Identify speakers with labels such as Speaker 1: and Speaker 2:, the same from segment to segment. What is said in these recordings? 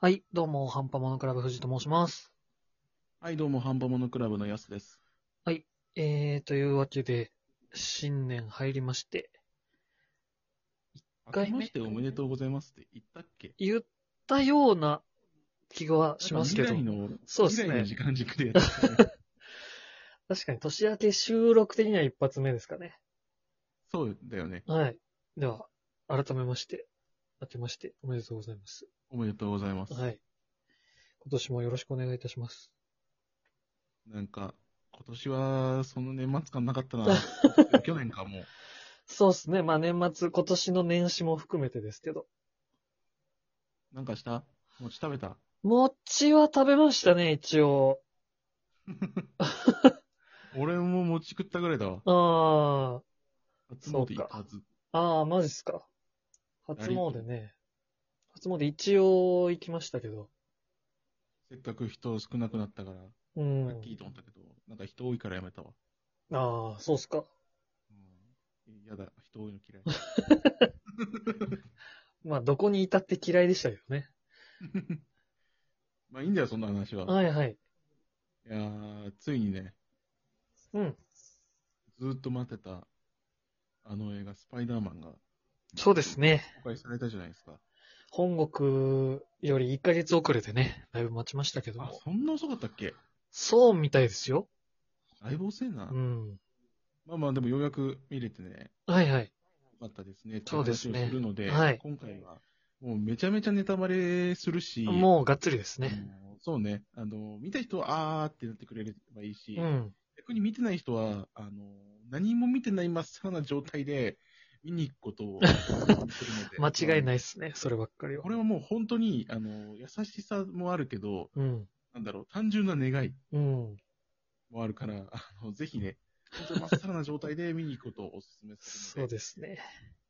Speaker 1: はい、どうも、ハンパモノクラブ藤と申します。
Speaker 2: はい、どうも、ハンバモノクラブのやすです。
Speaker 1: えー、というわけで、新年入りまして、
Speaker 2: あ
Speaker 1: 回目
Speaker 2: けましておめでとうございますって言ったっけ
Speaker 1: 言ったような気がしますけど、
Speaker 2: 未来の、
Speaker 1: そうですね
Speaker 2: 未来の時間軸でやってたね
Speaker 1: 確かに年明け収録的には一発目ですかね。
Speaker 2: そうだよね。
Speaker 1: はい。では、改めまして、明けましておめでとうございます。
Speaker 2: おめでとうございます。
Speaker 1: はい。今年もよろしくお願いいたします。
Speaker 2: なんか、今年は、その年末感なか ったな。去年か、もう。
Speaker 1: そうですね、まあ年末、今年の年始も含めてですけど、
Speaker 2: なんかした餅食べた
Speaker 1: 餅は食べましたね、一応。
Speaker 2: 俺も餅食ったぐらいだわ。
Speaker 1: あー。
Speaker 2: 初詣行ったはず。
Speaker 1: ああ、マジっすか。初詣ね。初詣一応行きましたけど。
Speaker 2: せっかく人少なくなったから、
Speaker 1: う
Speaker 2: ラ
Speaker 1: ん
Speaker 2: ッキ。ーと思ったけど、なんか人多いからやめたわ。
Speaker 1: ああ、そうっすか。
Speaker 2: うん。やだ、人多いの嫌い。
Speaker 1: まあ、どこにいたって嫌いでしたけどね。
Speaker 2: まあいいんだよ、そんな話は。
Speaker 1: はいはい。
Speaker 2: いやー、ついにね、
Speaker 1: うん。
Speaker 2: ずーっと待ってた、あの映画、スパイダーマンが
Speaker 1: そうですね。
Speaker 2: 公開されたじゃないですか。
Speaker 1: 本国より1ヶ月遅れてね、だいぶ待ちましたけど
Speaker 2: あ
Speaker 1: も、。
Speaker 2: そんな遅かったっけ
Speaker 1: そうみたいですよ。
Speaker 2: だいぶ遅いな。
Speaker 1: うん。
Speaker 2: まあまあ、でもようやく見れてね、
Speaker 1: はいはい。
Speaker 2: よかったですね。
Speaker 1: そうですね
Speaker 2: って話をするので、
Speaker 1: はい
Speaker 2: 今回は、もうめちゃめちゃネタバレするし、
Speaker 1: もうがっつりです
Speaker 2: う
Speaker 1: ね。
Speaker 2: そうね、あの、見た人は、あーってなってくれればいいし、
Speaker 1: うん。
Speaker 2: 逆に見てない人は、あの、何も見てない真っさらな状態で、見に行くこと をするので、
Speaker 1: 間違い
Speaker 2: い。
Speaker 1: ないっすね、そればっかりは
Speaker 2: こ。れはもう本当に、あの、優しさもあるけど、
Speaker 1: うん。
Speaker 2: なんだろう、単純な願い
Speaker 1: うん。
Speaker 2: もあるから、あのぜひね、本当にまっさらな状態で見に行くことをお勧めする
Speaker 1: そ
Speaker 2: の
Speaker 1: う
Speaker 2: で、
Speaker 1: ですね。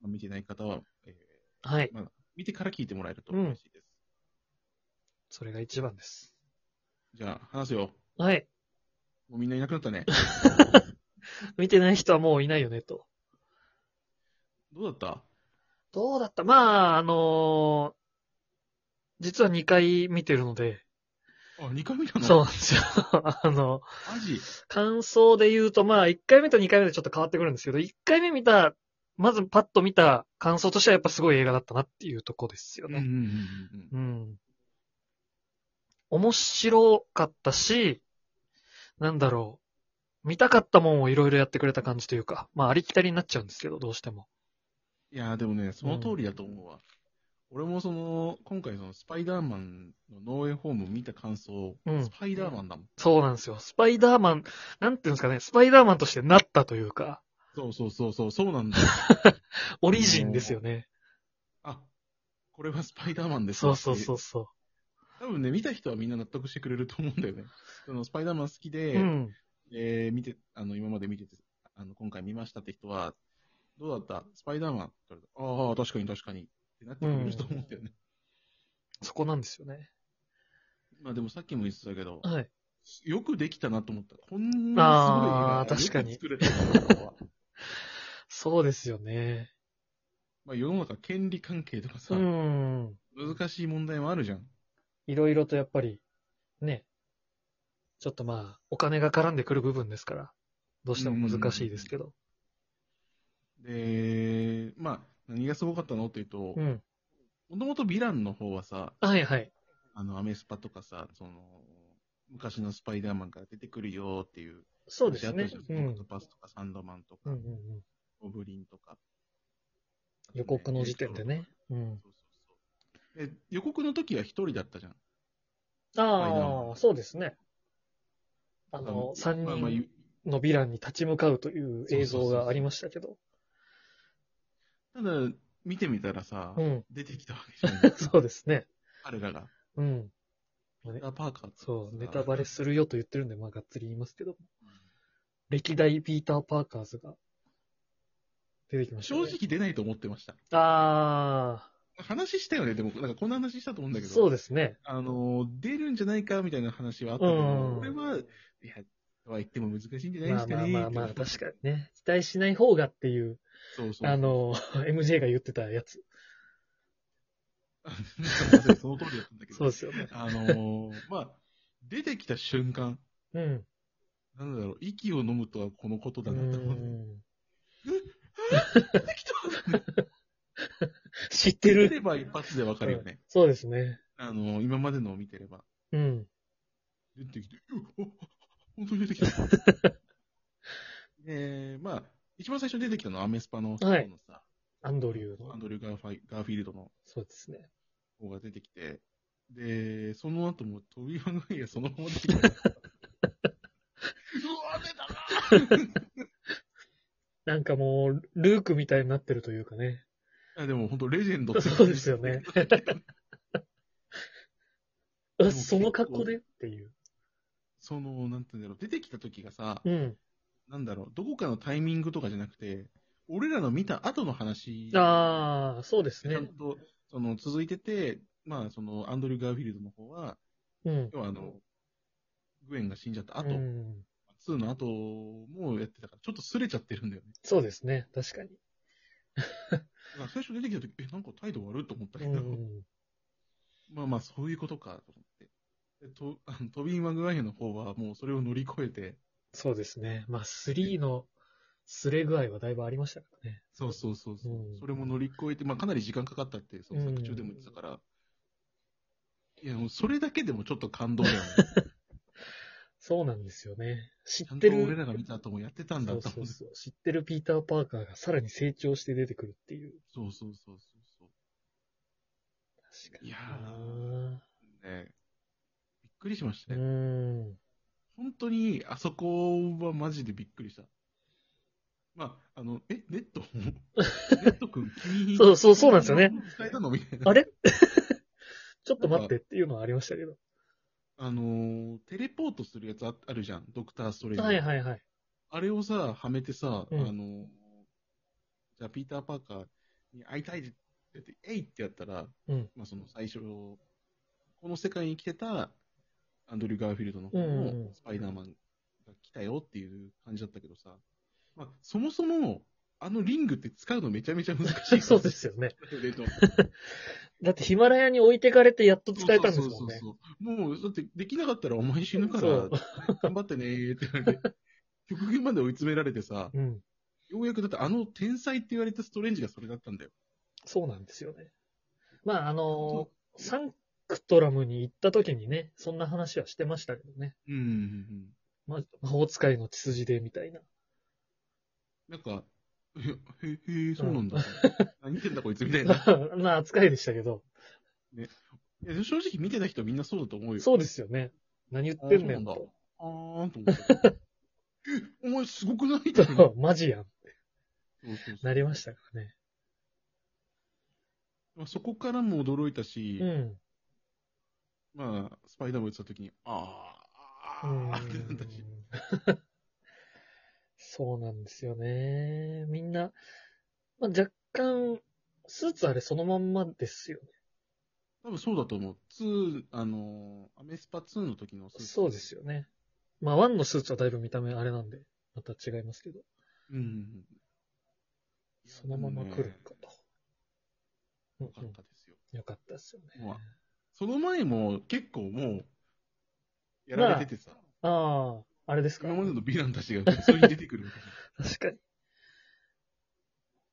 Speaker 2: まあ見てない方は、えー
Speaker 1: はい。
Speaker 2: 見てから聞いてもらえると嬉しいです。
Speaker 1: それが一番です。
Speaker 2: じゃあ、話すよ。
Speaker 1: はい。
Speaker 2: もうみんないなくなったね。
Speaker 1: 見てない人はもういないよね、と。
Speaker 2: どうだった
Speaker 1: どうだったまあ、あのー実は2回見てるので、
Speaker 2: あ、2回見たの
Speaker 1: そう
Speaker 2: う。
Speaker 1: なんですよ。 あの、
Speaker 2: マジ
Speaker 1: 感想で言うと、まあ、1回目と2回目でちょっと変わってくるんですけど、1回目見た、まずパッと見た感想としてはやっぱすごい映画だったなっていうとこですよ
Speaker 2: うんうん
Speaker 1: ね。
Speaker 2: うんうん。
Speaker 1: うん。面白かったし、なんだろう。見たかったもんをいろいろやってくれた感じというか、まあ、ありきたりになっちゃうんですけど、どうしても。
Speaker 2: いやーでもね、その通りだと思うわ。俺もその、今回そのスパイダーマンのノーウェイホーム見た感想、
Speaker 1: うん
Speaker 2: スパイダーマンだもん。
Speaker 1: そうなんですよ。スパイダーマン、なんていうんですかね、スパイダーマンとしてなったというか、
Speaker 2: そうそうそうそう、そうなんだ。
Speaker 1: オリジンですよね。
Speaker 2: あ、これはスパイダーマンです
Speaker 1: そうそうそうそ
Speaker 2: 多分ね、見た人はみんな納得してくれると思うん だよね。そのスパイダーマン好き
Speaker 1: う。
Speaker 2: で、
Speaker 1: うん。
Speaker 2: えー見て、あの、今まで見てて、あの、今回見ましたって人は、どうだったスパイダーマンって言われたああ、確かに確かに。ってなってくれると思うんだよね。
Speaker 1: そこなんですよね。
Speaker 2: まあでもさっきも言ってたけど、
Speaker 1: はい。
Speaker 2: よくできたなと思った。こんなすごい映画
Speaker 1: あー確かに
Speaker 2: よく作れたなとは。
Speaker 1: そうですよね。
Speaker 2: まあ世の中権利関係とかさ、
Speaker 1: うん。
Speaker 2: 難しい問題もあるじゃん。
Speaker 1: いろいろとやっぱり、ね。ちょっとまあ、お金が絡んでくる部分ですから、どうしても難しいですけど。
Speaker 2: で、まあ、何がすごかったのっていうと、も
Speaker 1: うん。
Speaker 2: ともとヴィランの方はさ、
Speaker 1: はいはい。
Speaker 2: あの、アメスパとかさ、その、昔のスパイダーマンから出てくるよっていう。
Speaker 1: そうです
Speaker 2: あ
Speaker 1: ね
Speaker 2: ったじゃん。
Speaker 1: う
Speaker 2: オ
Speaker 1: ん
Speaker 2: クト。パスとかサンドマンと
Speaker 1: う
Speaker 2: か、
Speaker 1: んうんうん、
Speaker 2: オブリンとか。
Speaker 1: 予告の時点でね。うん。
Speaker 2: そうそうそう。え、予告の時は一人だったじゃん。
Speaker 1: ああ、そうですね。あ
Speaker 2: あ
Speaker 1: の
Speaker 2: の、
Speaker 1: 3
Speaker 2: まあまあ、
Speaker 1: 人のヴィランに立ち向かうという映像がありましたけど。
Speaker 2: ただ、見てみたらさ、
Speaker 1: うん。
Speaker 2: 出てきたわけじゃん。
Speaker 1: そうですね。
Speaker 2: 彼らが。
Speaker 1: うん。まあ
Speaker 2: ピ
Speaker 1: ね
Speaker 2: ーターパーカーとかさ
Speaker 1: そう、ネタバレするよと言ってるんで、まあ、がっつり言いますけど。歴代ピーター・パーカーズが出てきました、ね。
Speaker 2: 正直出ないと思ってました。
Speaker 1: あ
Speaker 2: 話したよね、でも、なんかこんな話したと思うんだ
Speaker 1: ー、
Speaker 2: けど。
Speaker 1: そうですね。
Speaker 2: あの、出るんじゃないかみたいな話はあったけど、
Speaker 1: うん
Speaker 2: これは、いや、とは言っても難しいんじゃないで
Speaker 1: ますあ
Speaker 2: かね。
Speaker 1: まあまあまあ、
Speaker 2: って
Speaker 1: 確かにね。期待しない方がっていう、
Speaker 2: そうそう。
Speaker 1: あの、MJ が言ってたやつ。
Speaker 2: まさに その通りだったんだけど。
Speaker 1: そうですよね。
Speaker 2: あのーまあ、出てきた瞬間、
Speaker 1: うん。
Speaker 2: なんだろう、息を飲むとはこのことだなと思って。
Speaker 1: うん
Speaker 2: 出てきた
Speaker 1: 知って
Speaker 2: 出
Speaker 1: る。
Speaker 2: れば一発でわかるよね。
Speaker 1: そうですね。
Speaker 2: あのー今までのを見てれば。
Speaker 1: うん。
Speaker 2: 出てきて、うわ本当に出てきた。えー、まあ、一番最初に出てきたのはアメスパの人の
Speaker 1: はい
Speaker 2: さ、
Speaker 1: アンドリューの
Speaker 2: アン。ドリュー・ガーファイガーフィールドの
Speaker 1: そうですね。
Speaker 2: 方が出てきて、で、その後も飛びまぐりがそのまま出てきた。うわ、出 たな
Speaker 1: なんかもう、ルークみたいになってるというかね。
Speaker 2: あでも本当レジェンドって
Speaker 1: そうですよね。
Speaker 2: も
Speaker 1: あその格好でっていう。
Speaker 2: その、なんて言うんだろう、出てきた時がさ、
Speaker 1: うん。
Speaker 2: なんだろう、どこかのタイミングとかじゃなくて、俺らの見た後の話。
Speaker 1: ああ、そうです
Speaker 2: ちゃ
Speaker 1: ね
Speaker 2: ん。と、その、続いてて、まあ、その、アンドリュー・ガーフィールドの方は、
Speaker 1: うん。
Speaker 2: 要はあの、グエンが死んじゃった後、
Speaker 1: うん
Speaker 2: 2の後もやってたから、ちょっと擦れちゃってるんだよね。
Speaker 1: そうですね。確かに。
Speaker 2: だから最初出てきた時、え、なんか態度悪いと思ったけ
Speaker 1: う
Speaker 2: ど、
Speaker 1: ん。
Speaker 2: まあまあ、そういうことか、と思って。で、と、あの、トビー・マグワイアの方は、もうそれを乗り越えて、
Speaker 1: そうですね。まあ、3の擦れ具合はだいぶありましたからね。
Speaker 2: そうそうそうそう、
Speaker 1: うん
Speaker 2: それも乗り越えて、まあ、かなり時間かかったって、その作中でも言ってたから、いや、もうそれだけでもちょっと感動だよ ね。
Speaker 1: そうなんですよね。知
Speaker 2: ちゃ
Speaker 1: っ
Speaker 2: ん
Speaker 1: て
Speaker 2: と
Speaker 1: る。
Speaker 2: 俺らが見た後もやってたんだ
Speaker 1: そう
Speaker 2: と思
Speaker 1: そううそう。知ってるピーター・パーカーがさらに成長して出てくるっていう。
Speaker 2: そうそうそうそうそう。
Speaker 1: 確か
Speaker 2: い
Speaker 1: に
Speaker 2: や
Speaker 1: な。
Speaker 2: ね、びっくりしました
Speaker 1: う
Speaker 2: ね。
Speaker 1: ん。
Speaker 2: 本当に、あそこはマジでびっくりした。まあ、あの、え、ネ ットネット君、君
Speaker 1: そうそうそうなんですよね。
Speaker 2: 伝えたのみたいな。
Speaker 1: あれ ちょっと待ってっていうのはありましたけど。
Speaker 2: あのー、テレポートするやつああるじゃん、ドクター・ストレンジ。
Speaker 1: はいはい はい。
Speaker 2: あれをさ、はめてさ、
Speaker 1: うん
Speaker 2: あのー、じゃあ、ピーター・パーカーに会いたいって言って、えいってやったら、
Speaker 1: うん
Speaker 2: まあ、その最初、この世界に来てたアンドリュー・ガーフィールドの方
Speaker 1: うんうんう
Speaker 2: の
Speaker 1: ん
Speaker 2: スパイダーマンが来たよっていう感じだったけどさ、まあ、そもそも、あのリングって使うのめちゃめちゃ難しいから。
Speaker 1: そうですよね。
Speaker 2: えっと
Speaker 1: だってヒマラヤに置いてかれてやっと使えたんですもんね。
Speaker 2: そうそうそうそうもう、だってできなかったらお前死ぬから
Speaker 1: そう、
Speaker 2: 頑張ってねーって言われて、極限まで追い詰められてさ、
Speaker 1: うん。
Speaker 2: ようやくだってあの天才って言われたストレンジがそれだったんだよ。
Speaker 1: そうなんですよね。まあ、あの
Speaker 2: そ
Speaker 1: ーサンクトラムに行った時にね、そんな話はしてましたけどね。
Speaker 2: うんうんうん。
Speaker 1: まあ、魔法使いの血筋でみたいな。
Speaker 2: なんか、へ、へ、へ、そう なんだ。何言ってんだこいつみたいな。
Speaker 1: まあ、扱いでしたけど。
Speaker 2: いや正直見てた人みんなそうだと思うよ。
Speaker 1: そうですよね。何言ってんねん
Speaker 2: あ
Speaker 1: と。
Speaker 2: そうなんだあーんと思って。え、お前すごくない みたいな。そう
Speaker 1: そうマジやん。
Speaker 2: そうそう
Speaker 1: なりましたからね。
Speaker 2: まあそこからも驚いたし、
Speaker 1: うん。
Speaker 2: まあ、スパイダーマン打ってた時に、あー、
Speaker 1: う
Speaker 2: あ
Speaker 1: ん
Speaker 2: ーってなったし。
Speaker 1: そうなんですよね。みんな、まあ、若干、スーツあれそのまんまですよね。
Speaker 2: 多分そうだと思う。2、あのー、アメスパ2の時のスーツ
Speaker 1: そうですよね。まあ、ワンのスーツはだいぶ見た目あれなんで、また違いますけど、
Speaker 2: うんうんうん。
Speaker 1: そのまま来るかと。う
Speaker 2: で
Speaker 1: んう
Speaker 2: もね。よかっ
Speaker 1: ん
Speaker 2: たですよ。
Speaker 1: よかったですよ
Speaker 2: う
Speaker 1: ね
Speaker 2: わ。その前も結構もう、やられててさ、
Speaker 1: ああ、あれですか。
Speaker 2: 今まで
Speaker 1: 確
Speaker 2: のヴィランたちが 普通に出てくるみたいな。
Speaker 1: かに。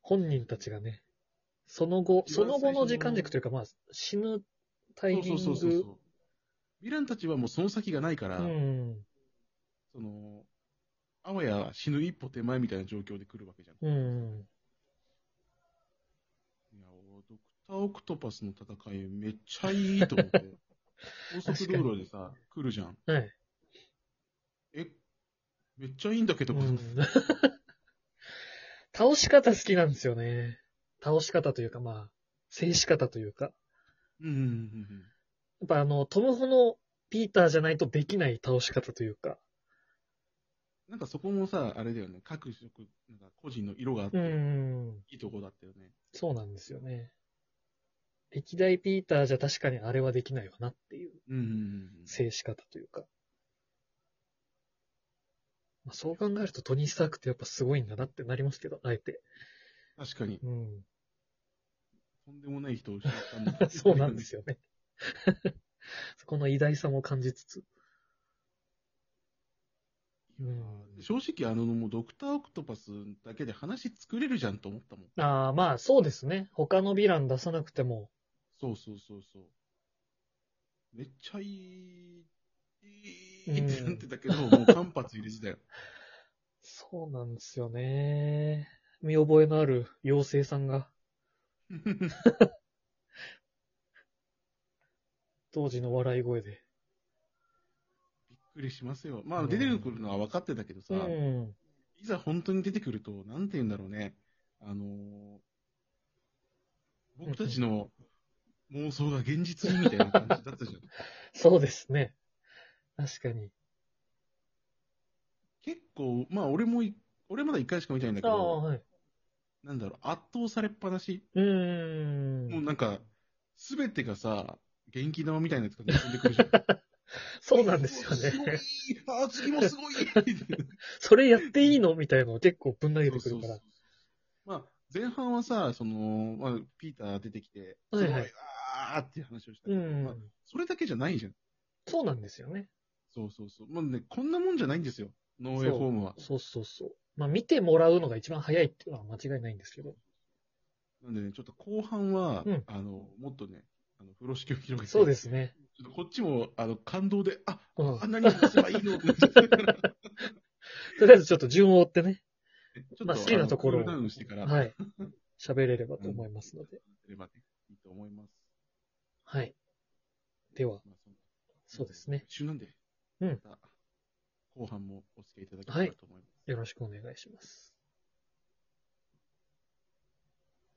Speaker 1: 本人たちがね、その後、その後の時間軸というか、まあ、死ぬタイミング。
Speaker 2: そうそうそうそう。ヴィランたちはもうその先がないから、
Speaker 1: うん。
Speaker 2: その、あわや死ぬ一歩手前みたいな状況で来るわけじゃん。
Speaker 1: うん。
Speaker 2: いや、ドクター・オクトパスの戦いめっちゃいいと思って。 高速道路でさ、来るじゃん。
Speaker 1: はい。
Speaker 2: え、めっちゃいいんだけど、
Speaker 1: うん 倒し方好きなんですよね。倒し方というか、まあ、制し方というか。
Speaker 2: うんうんうんうん。
Speaker 1: やっぱあの、トムホのピーターじゃないとできない倒し方というか。
Speaker 2: なんかそこもさ、あれだよね、各色、なんか個人の色があって、
Speaker 1: うん。
Speaker 2: いいとこだったよね。
Speaker 1: そうなんですよね。歴代ピーターじゃ確かにあれはできないわなっていう
Speaker 2: うんうんうん。
Speaker 1: 制し方というか。まあ、そう考えるとトニー・スタークってやっぱすごいんだなってなりますけど、あえて。
Speaker 2: 確かに。
Speaker 1: うん。
Speaker 2: とんでもない人を知ったん だ
Speaker 1: そうなんですよね。そこの偉大さも感じつつ。うん
Speaker 2: 正直、あの、もうドクターオクトパスだけで話作れるじゃんと思ったもん。
Speaker 1: ああ、まあそうですね。他のヴィラン出さなくても。
Speaker 2: そうそうそうそう。めっちゃいい、い
Speaker 1: うん
Speaker 2: いってなってたけど、もう間髪入れ時だよ。
Speaker 1: そうなんですよね。見覚えのある妖精さんが、当時の笑い声で。
Speaker 2: びっくりしますよ。ま
Speaker 1: う
Speaker 2: あ、
Speaker 1: ん
Speaker 2: 出てくるのは分かってたけどさ、
Speaker 1: うん。
Speaker 2: いざ本当に出てくると、なんて言うんだろうね。あのー僕たちの妄想が現実にみたいな感じだったじゃん。
Speaker 1: そうですね。確かに。
Speaker 2: 結構、まあ、俺もい、俺まだ1回しか見たいんだけ
Speaker 1: ああ、
Speaker 2: ど、
Speaker 1: はい。
Speaker 2: なんだろう、圧倒されっぱなし。
Speaker 1: うー。
Speaker 2: もうんなんか、すべてがさ、元気玉みたいなやつが飛んでくるじゃん。
Speaker 1: そうなんですよ
Speaker 2: すごい
Speaker 1: ね。
Speaker 2: あー、次もすごい出
Speaker 1: それやっていいのみたいなのを結構ぶん投げてくるから。
Speaker 2: まあ、前半はさ、その、まあ、ピーター出てきて、す
Speaker 1: は
Speaker 2: ご
Speaker 1: い
Speaker 2: い、
Speaker 1: はい
Speaker 2: あーっていう話をしたけ
Speaker 1: う
Speaker 2: ど、まあ
Speaker 1: ん。
Speaker 2: それだけじゃないじゃん。
Speaker 1: そうなんですよね。
Speaker 2: そうそうそう。もうね、こんなもんじゃないんですよ。ノーウェイホームは。
Speaker 1: そうそうそう。まあ見てもらうのが一番早いっていうのは間違いないんですけど。
Speaker 2: なんでね、ちょっと後半は、
Speaker 1: うん
Speaker 2: あの、もっとね、あの、風呂敷を広げて。
Speaker 1: そうですね。
Speaker 2: ちょっとこっちも、あの、感動で、あ、
Speaker 1: うん
Speaker 2: あ。んなに話せばいい のってなっちゃったから。
Speaker 1: とりあえずちょっと順を追ってね。
Speaker 2: ちょっ
Speaker 1: まあ好きなところを
Speaker 2: あのクールダウンしてから、
Speaker 1: はい。喋れればと思いますので。
Speaker 2: ればね、いいと思います。
Speaker 1: はい。では、
Speaker 2: まあ、その
Speaker 1: そうですね。。
Speaker 2: 一瞬なんで、
Speaker 1: うん
Speaker 2: また後半もお付き合いいただければと思います。
Speaker 1: よろしくお願いします。